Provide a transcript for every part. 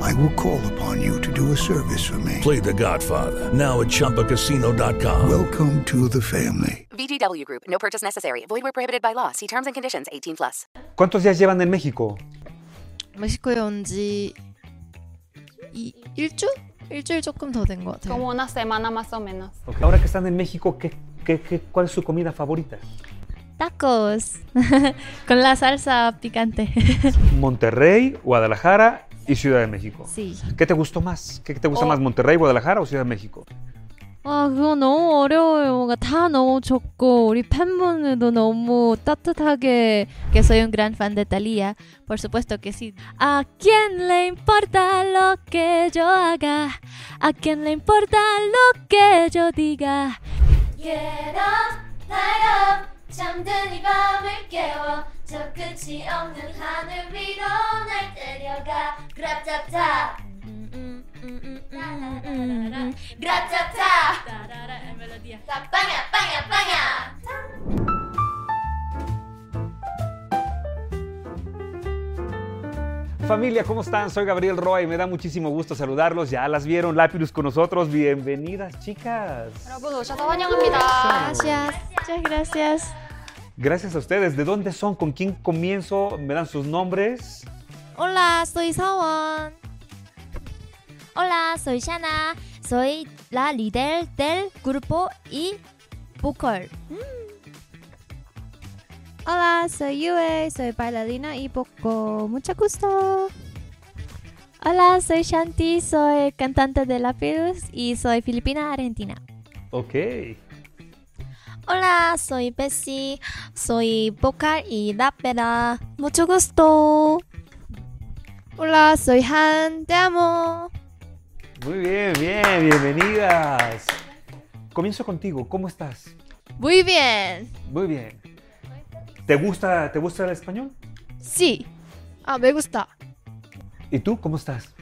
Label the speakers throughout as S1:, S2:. S1: I will call upon you to do a service for me.
S2: Play The Godfather now at ChumbaCasino.com.
S1: Welcome to the family.
S3: VGW Group. No purchase necessary. Void where prohibited by law. See terms and conditions. 18 plus.
S4: ¿Cuántos días llevan en México?
S5: 멕시코에 온 지 일주? 일주일 조금 더 된 것 같아요.
S6: Como una semana más o menos.
S4: Ahora que están en México, ¿qué, qué, qué, cuál es su comida favorita?
S5: Tacos con la salsa picante.
S4: Monterrey, Guadalajara y Ciudad de México.
S5: sí.
S4: ¿Qué te gustó más? ¿Qué te gusta
S6: Oh.
S4: más, Monterrey, Guadalajara o Ciudad de México?
S5: 아 그거 너무 어려워요. 뭔가 다 너무 좋고 우리 팬분들도 너무 따뜻하게. Que soy un gran fan de Thalía. Por supuesto que sí. A quién le importa lo que yo haga. A quién le importa lo que yo diga.
S7: Get up, light up, 잠든 이 밤을 깨워 저 끝이 없는 하늘 위로 날 데려가 Grab tap tap Grab tap tap 나 빵야 빵야 빵야
S4: Familia, ¿cómo están? Soy Gabriel Roa y me da muchísimo gusto saludarlos. Ya las vieron, Lápirus con nosotros. Bienvenidas, chicas.
S6: 여러분 오셔서 환영합니다.
S5: Gracias. Muchas gracias.
S4: Gracias a ustedes. ¿De dónde son? ¿Con quién comienzo? ¿Me dan sus nombres?
S7: Hola, soy Sawon Hola, soy Shana Soy la líder del grupo y vocal
S5: Mm. Hola, soy Yue, soy bailarina y poco. Mucho gusto. Hola, soy Shanti, soy cantante de La Pilus y soy filipina argentina.
S4: Ok.
S7: Hola, soy Bessie, soy vocal y rapera. Mucho gusto.
S5: Hola, soy Han, te amo.
S4: Muy bien, bien, bienvenidas. Comienzo contigo. ¿Cómo estás?
S5: Muy bien.
S4: Muy bien. ¿Te gusta, ¿Te gusta el español?
S5: Sí. Ah, me gusta.
S4: ¿Y tú cómo estás?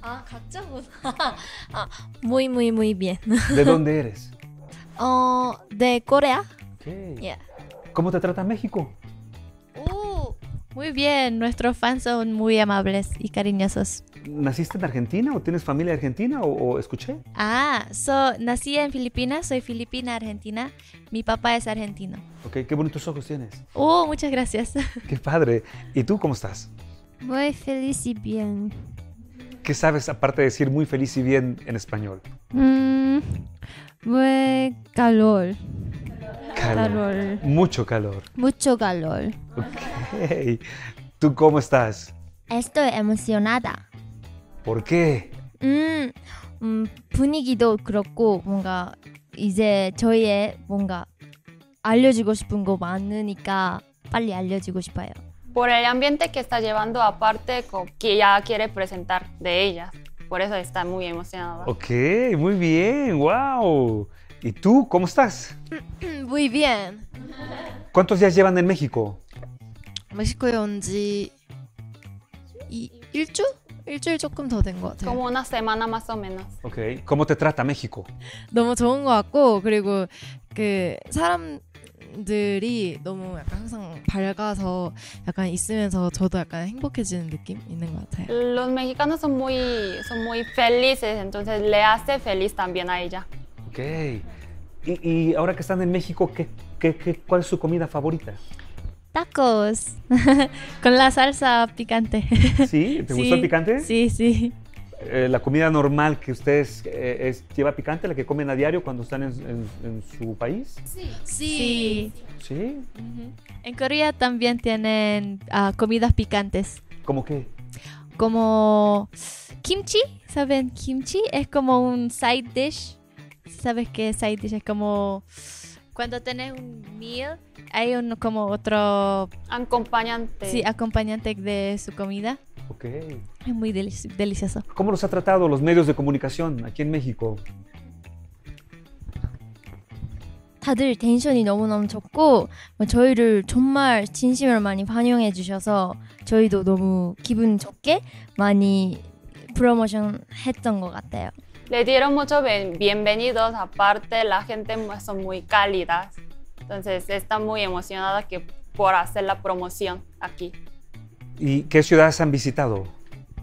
S7: Ah, 각자 보다.
S5: Ah,
S7: 아, muy, muy, muy bien.
S4: ¿De dónde eres?
S5: Oh,
S7: 어, de Corea.
S4: Ok.
S7: Yeah.
S4: ¿Cómo te trata México?
S5: Uh, muy bien, nuestros fans son muy amables y cariñosos.
S4: ¿Naciste en Argentina o tienes familia argentina o, o escuché?
S5: Ah, so, nací en Filipinas, soy filipina argentina. Mi papá es argentino.
S4: Ok, qué bonitos ojos tienes.
S5: Oh, muchas gracias.
S4: Qué padre. ¿Y tú cómo estás?
S7: Muy feliz y bien.
S4: ¿Qué sabes aparte de decir muy feliz y bien en español?
S7: 음, muy calor.
S4: Calor. Mucho calor.
S7: Mucho calor.
S4: Ok. ¿Tú cómo estás?
S7: Estoy emocionada.
S4: ¿Por qué?
S7: 음, 음, 분위기도 그렇고 뭔가 이제 저희의 뭔가 알려주고 싶은 거 많으니까 빨리 알려주고 싶어요.
S6: Por el ambiente que está llevando aparte co- que ya quiere presentar de ellas. Por eso está muy emocionada.
S4: Ok, muy bien. ¡Wow! ¿Y tú cómo estás?
S5: Muy bien.
S4: ¿Cuántos días llevan en México?
S5: 멕시코에 온 지 일주? 일주일 조금 더 된 것 같아요.
S6: Como una semana más o menos.
S4: Ok. ¿Cómo te trata México?
S5: 너무 좋은 것 같고 그리고 그 사람
S8: 사람들이 너무 약간 항상 밝아서 약간 있으면서 저도 약간 행복해지는 느낌 있는 것 같아요.
S6: Los mexicanos son muy, son muy felices, entonces le hace feliz también a ella.
S4: Ok. Y, y ahora que están en México, ¿qué, qué, qué, cuál es su comida favorita?
S5: Tacos. Con la salsa picante.
S4: ¿Sí? ¿Te gustó el picante?
S5: Sí, sí.
S4: Eh, la comida normal que ustedes eh, es, lleva picante, la que comen a diario cuando están en, en- en su país.
S5: Sí.
S4: Sí.
S5: En Corea también tienen ah, comidas picantes.
S4: ¿Cómo qué?
S5: Como kimchi. ¿Saben? Kimchi es como un side dish. ¿Sabes qué es side dish? Es como cuando tenés un meal, hay un, como otro
S6: Acompañante.
S5: sí, acompañante de su comida.
S4: Ok.
S5: Es muy delici- delicioso.
S4: ¿Cómo los ha tratado los medios de comunicación aquí en México?
S9: 다들 텐션이 너무너무 좋고 뭐 저희를 정말 진심으로 많이 환영해 주셔서 저희도 너무 기분 좋게 많이 프로모션 했던 것 같아요.
S6: Le dieron muchos ben- bienvenidos, aparte la gente mu- son muy cálidas, entonces está muy emocionada que por hacer la promoción aquí.
S4: ¿Y qué ciudades han visitado?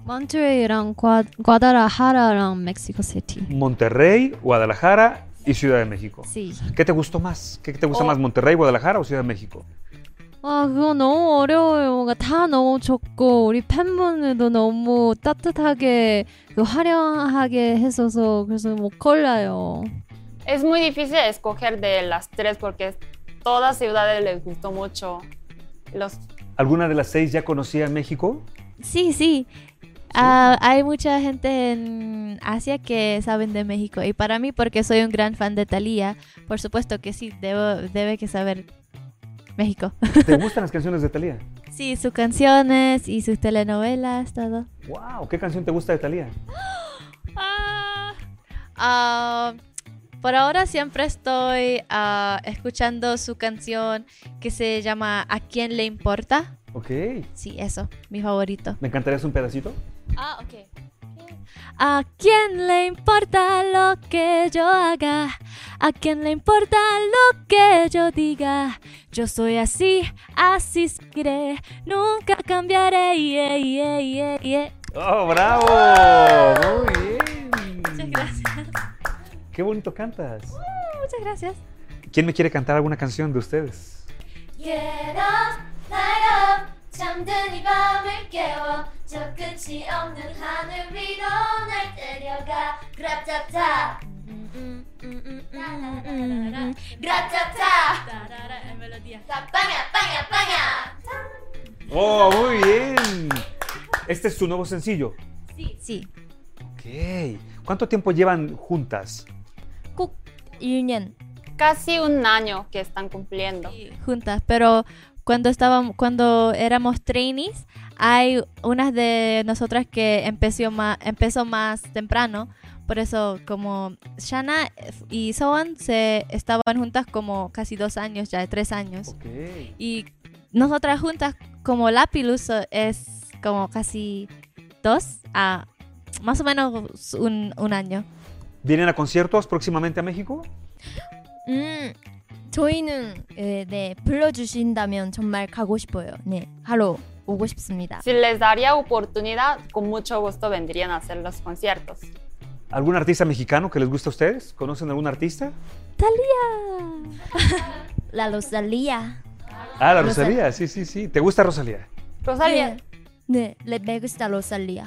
S5: 몬트레이랑 과다라하라랑 멕시코 시티.
S4: Monterrey, Guadalajara y Ciudad de México.
S5: Sí.
S4: ¿Qué te gustó más? ¿Qué te gusta
S6: Oh.
S4: más, Monterrey, Guadalajara o Ciudad de México?
S5: 아 그거 너무 어려워요. 뭔가 다 너무 좋고 우리 팬분들도 너무 따뜻하게 그 화려하게 해줘서 그래서 못 걸려요.
S6: Es muy difícil escoger de las tres porque todas ciudades les gustó mucho. Los,
S4: ¿Alguna de las seis ya conocía México?
S5: Sí, sí. Ah, hay mucha gente en Asia que saben de México y para mí porque soy un gran fan de Thalía, por supuesto que sí, debo, debe que saber México.
S4: ¿Te gustan las canciones de Thalía?
S5: Sí, sus canciones y sus telenovelas, todo.
S4: ¡Wow! ¿Qué canción te gusta de Thalía?
S5: Ah, por ahora siempre estoy ah, escuchando su canción que se llama ¿A quién le importa?
S4: Ok.
S5: Sí, eso, mi favorito.
S4: ¿Me encantarías un pedacito?
S5: Ah, ok. ¿A quién le importa lo que yo haga? ¿A quién le importa lo que yo diga? Yo soy así, así seré, nunca cambiaré. yeah, yeah, yeah, yeah.
S4: ¡Oh, bravo! Muy bien.
S5: Muchas gracias.
S4: ¡Qué bonito cantas!
S5: Muchas gracias.
S4: ¿Quién me quiere cantar alguna canción de ustedes?
S7: Get up, light up, 잠든 이 밤을 깨워 저 끝이 없는 하늘 위로 날 데려가 Grab tap tap, grab tap tap, 다 빵야 빵야 빵야.
S4: ¡Oh, muy bien! Este es tu nuevo sencillo.
S9: 씨.
S4: Ok. ¿Cuánto tiempo llevan juntas?
S9: 꼭 1년
S6: casi un año que están cumpliendo.
S5: juntas, pero cuando estábamos, cuando éramos trainees, hay unas de nosotras que empezó más, empezó más temprano, por eso como Shanna y Soan se estaban juntas como casi dos años ya, tres años,
S4: Ok.
S5: y nosotras juntas como Lapilus eh, es como casi dos a más o menos un, un año.
S4: ¿Vienen a conciertos próximamente a México?
S9: 음, 저희는 예, 네 불러주신다면 정말 가고 싶어요. 네 하러 오고 싶습니다.
S6: Si les daría oportunidad, con mucho gusto vendrían a hacer los conciertos.
S4: ¿Algún artista mexicano que les guste a ustedes? ¿Conocen algún artista?
S9: La Rosalia.
S4: Ah, la Rosalía, sí, sí, sí. ¿Te gusta Rosalía?
S6: Rosalía,
S9: 네, 레 메그스타 로살리아.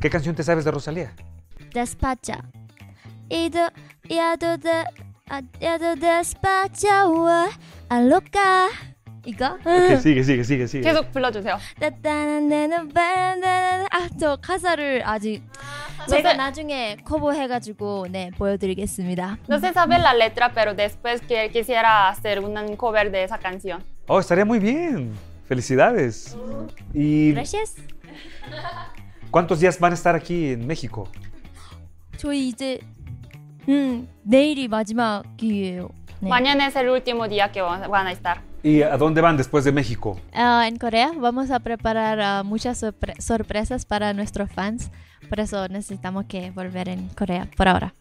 S4: ¿Qué canción te sabes de Rosalía?
S9: Despacha. Ido, iado de, iado despacha, ua, aloca. 이거?
S4: Que sigue, sigue, sigue, sigue.
S6: 계속 불러주세요.
S9: 따따나나나 바나나나. 아, 저 가사를 아직 제가
S6: 선배.
S9: 나중에 커버해가지고 네 보여드리겠습니다.
S6: No se sabe la letra, pero después que quisiera hacer un cover de esa canción.
S4: Oh, estaría muy bien. Felicidades. ¿Y
S9: Gracias.
S4: cuántos días van a estar aquí en México?
S9: 저희 이제 음 내일이 마지막 기회예요. 네.
S6: Mañana es el último día que van van a estar.
S4: ¿Y a dónde van después de México?
S5: Ah, en Corea vamos a preparar ah, muchas sorpre- sorpresas para nuestros fans. Por eso necesitamos que volver en Corea por ahora.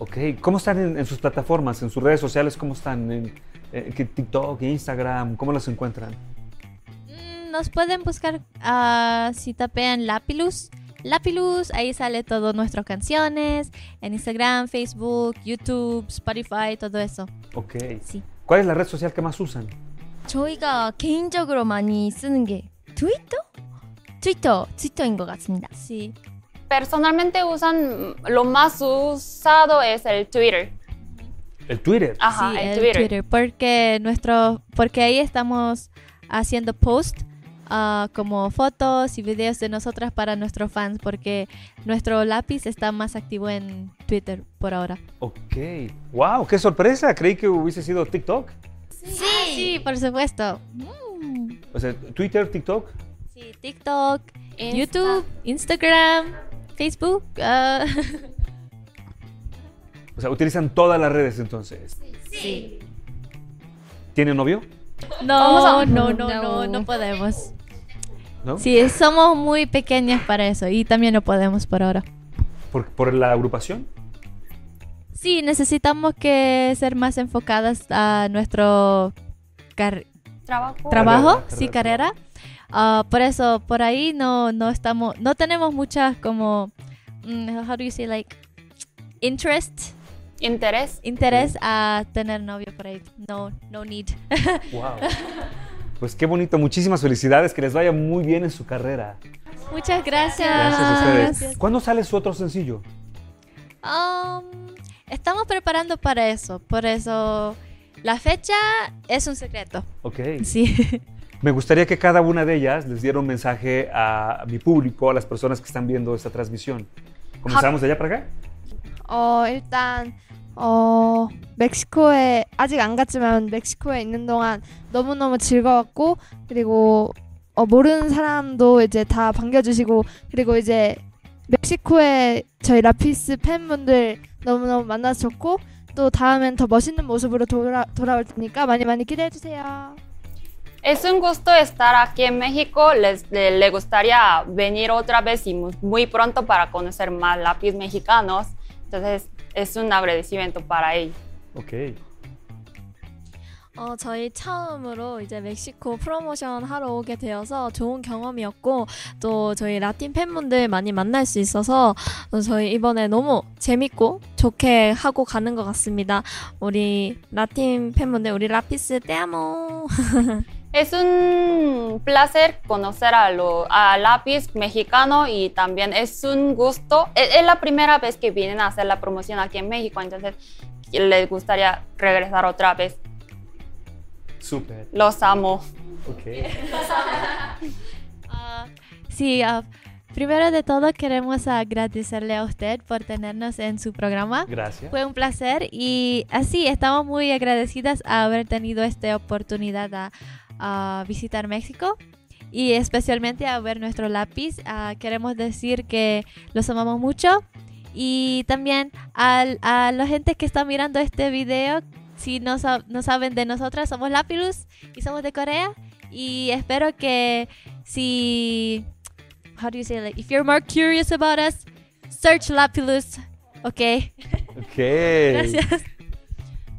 S4: Ok, ¿cómo están en, en sus plataformas, en sus redes sociales? ¿Cómo están? ¿En, eh, que TikTok, Instagram, ¿cómo los encuentran?
S5: Mm, Nos pueden buscar ah, si tapean Lapilus. Lapilus, ahí sale todas nuestras canciones en Instagram, Facebook, YouTube, Spotify, todo eso.
S4: Ok.
S5: Sí.
S4: ¿Cuál es la red social que más usan?
S9: 저희가 개인적으로 많이 쓰는 게 트위터? 트위터, 트위터인 것 같습니다.
S5: Sí.
S6: Personalmente usan, lo más usado es el Twitter.
S4: El Twitter.
S6: Ajá,
S5: Sí,
S6: el, Twitter.
S5: porque nuestro porque ahí estamos haciendo post ah, como fotos y videos de nosotras para nuestros fans porque nuestro lápiz está más activo en Twitter por ahora.
S4: Ok. ¡Wow! ¡Qué sorpresa! Creí que hubiese sido TikTok.
S9: 씨!
S5: Sí, por supuesto. Mm.
S4: O sea, Twitter, TikTok.
S5: Sí, TikTok,
S6: Insta.
S5: YouTube, Instagram, Facebook. ah,
S4: O sea, utilizan todas las redes entonces.
S5: sí.
S4: ¿Tienen novio?
S5: No,
S6: Vamos a-
S5: no, no, no,
S9: No.
S5: no podemos.
S4: ¿No?
S5: Sí, somos muy pequeñas para eso y también no podemos por ahora.
S4: ¿Por, por la agrupación?
S5: Sí, necesitamos que ser más enfocadas a nuestro car-
S6: Trabajo.
S5: trabajo,
S4: Carrera,
S5: sí,
S4: carrera,
S5: carrera. Ah, por eso, por ahí no, no estamos, no tenemos muchas como, mm, how do you say like interest,
S6: Interés.
S5: interés a tener novio por ahí. No, no need.
S4: ¡Wow! Pues qué bonito. Muchísimas felicidades. Que les vaya muy bien en su carrera.
S5: Muchas gracias.
S4: Gracias a ustedes. ¿Cuándo sale su otro sencillo?
S5: Um, estamos preparando para eso, por eso la fecha es un secreto.
S4: Ok.
S5: Sí.
S4: Me gustaría que cada una de ellas les diera un mensaje a mi público, a las personas que están viendo esta transmisión. ¿Comenzamos de allá para acá?
S10: 어, 일단 어, 멕시코에 아직 안 갔지만 멕시코에 있는 동안 너무너무 즐거웠고 그리고 어, 모르는 사람도 이제 다 반겨주시고 그리고 이제 멕시코에 저희 라피스 팬분들 너무너무 만나서 좋고 또 다음엔 더 멋있는 모습으로 돌아, 돌아올 테니까 많이 많이 기대해주세요.
S6: Es un gusto estar aquí en México. Les, le, le gustaría venir otra vez y mu- muy pronto para conocer más lápiz mexicanos. Entonces es un agradecimiento para ellos.
S4: Ok.
S10: 어, 저희 처음으로 이제 멕시코 프로모션 하러 오게 되어서 좋은 경험이었고, 또 저희 라틴 팬분들 많이 만날 수 있어서, 어, 저희 이번에 너무 재밌고 좋게 하고 가는 것 같습니다. 우리 라틴 팬분들, 우리 라피스 떼아모!
S6: Es un placer conocer a, lo- a Lápiz Mexicano y también es un gusto. Es, es la primera vez que vienen a hacer la promoción aquí en México, entonces les gustaría regresar otra vez.
S4: Súper.
S6: Los amo.
S4: Ok.
S5: Ah, sí, ah, primero de todo queremos agradecerle a usted por tenernos en su programa.
S4: Gracias.
S5: Fue un placer y así estamos muy agradecidas a haber tenido esta oportunidad a, a visitar México y especialmente a ver nuestro lápiz. Ah, queremos decir que los amamos mucho y también al- a la gente que está mirando este video, si no, sa- no saben de nosotras, somos Lapilus y somos de Corea y espero que si... How do you say it? Like, if you're more curious about us, search Lapilus, okay?
S4: Ok. 네.
S5: Gracias.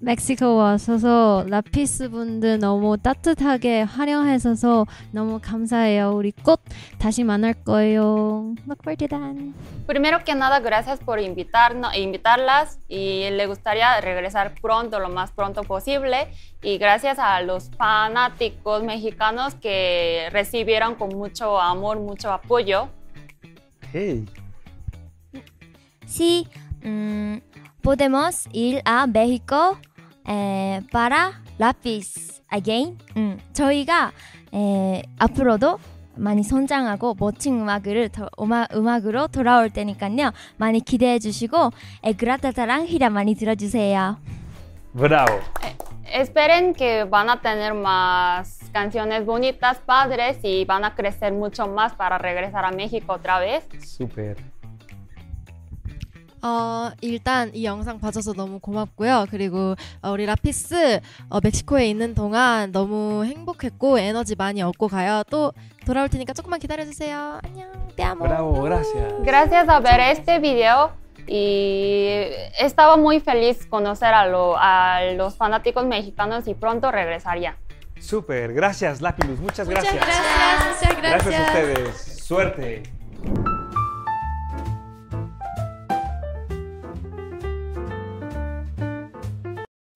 S9: 멕시코 와서서 라피스 분들 너무 따뜻하게 환영해서 너무 감사해요. 우리 꼭 다시 만날 거예요. Look forward to that.
S6: Primero que nada, gracias por invitarnos, e invitarlas y le gustaría regresar pronto, lo más pronto posible. Y gracias a los fanáticos mexicanos que recibieron con mucho amor, mucho apoyo.
S4: Hey.
S9: Sí, mm, podemos ir a México eh, para lápiz again. 음, 저희가 에, 앞으로도 많이 성장하고 멋진 음악을 더, 음악, 음악으로 돌아올 테니까요. 많이 기대해 주시고 에그라타타랑 히라 많이 들어주세요.
S4: Bravo.
S6: Esperen que van a tener más canciones bonitas, padres y van a crecer mucho más para regresar a México otra vez.
S4: Súper.
S7: 어, 일단 이 영상 봐줘서 너무 고맙고요. 그리고 어, 우리 라피스 어, 멕시코에 있는 동안 너무 행복했고 에너지 많이 얻고 가요. 또 돌아올 테니까 조금만 기다려주세요. 안녕, 뺨오.
S4: Bravo, gracias.
S6: Gracias a ver este video y estaba muy feliz conocer a, lo- a los fanáticos mexicanos y pronto regresaría.
S4: Súper, gracias Lapilus, Oh. muchas
S6: Muchas
S4: gracias.
S6: gracias, muchas gracias.
S4: Gracias a ustedes, suerte.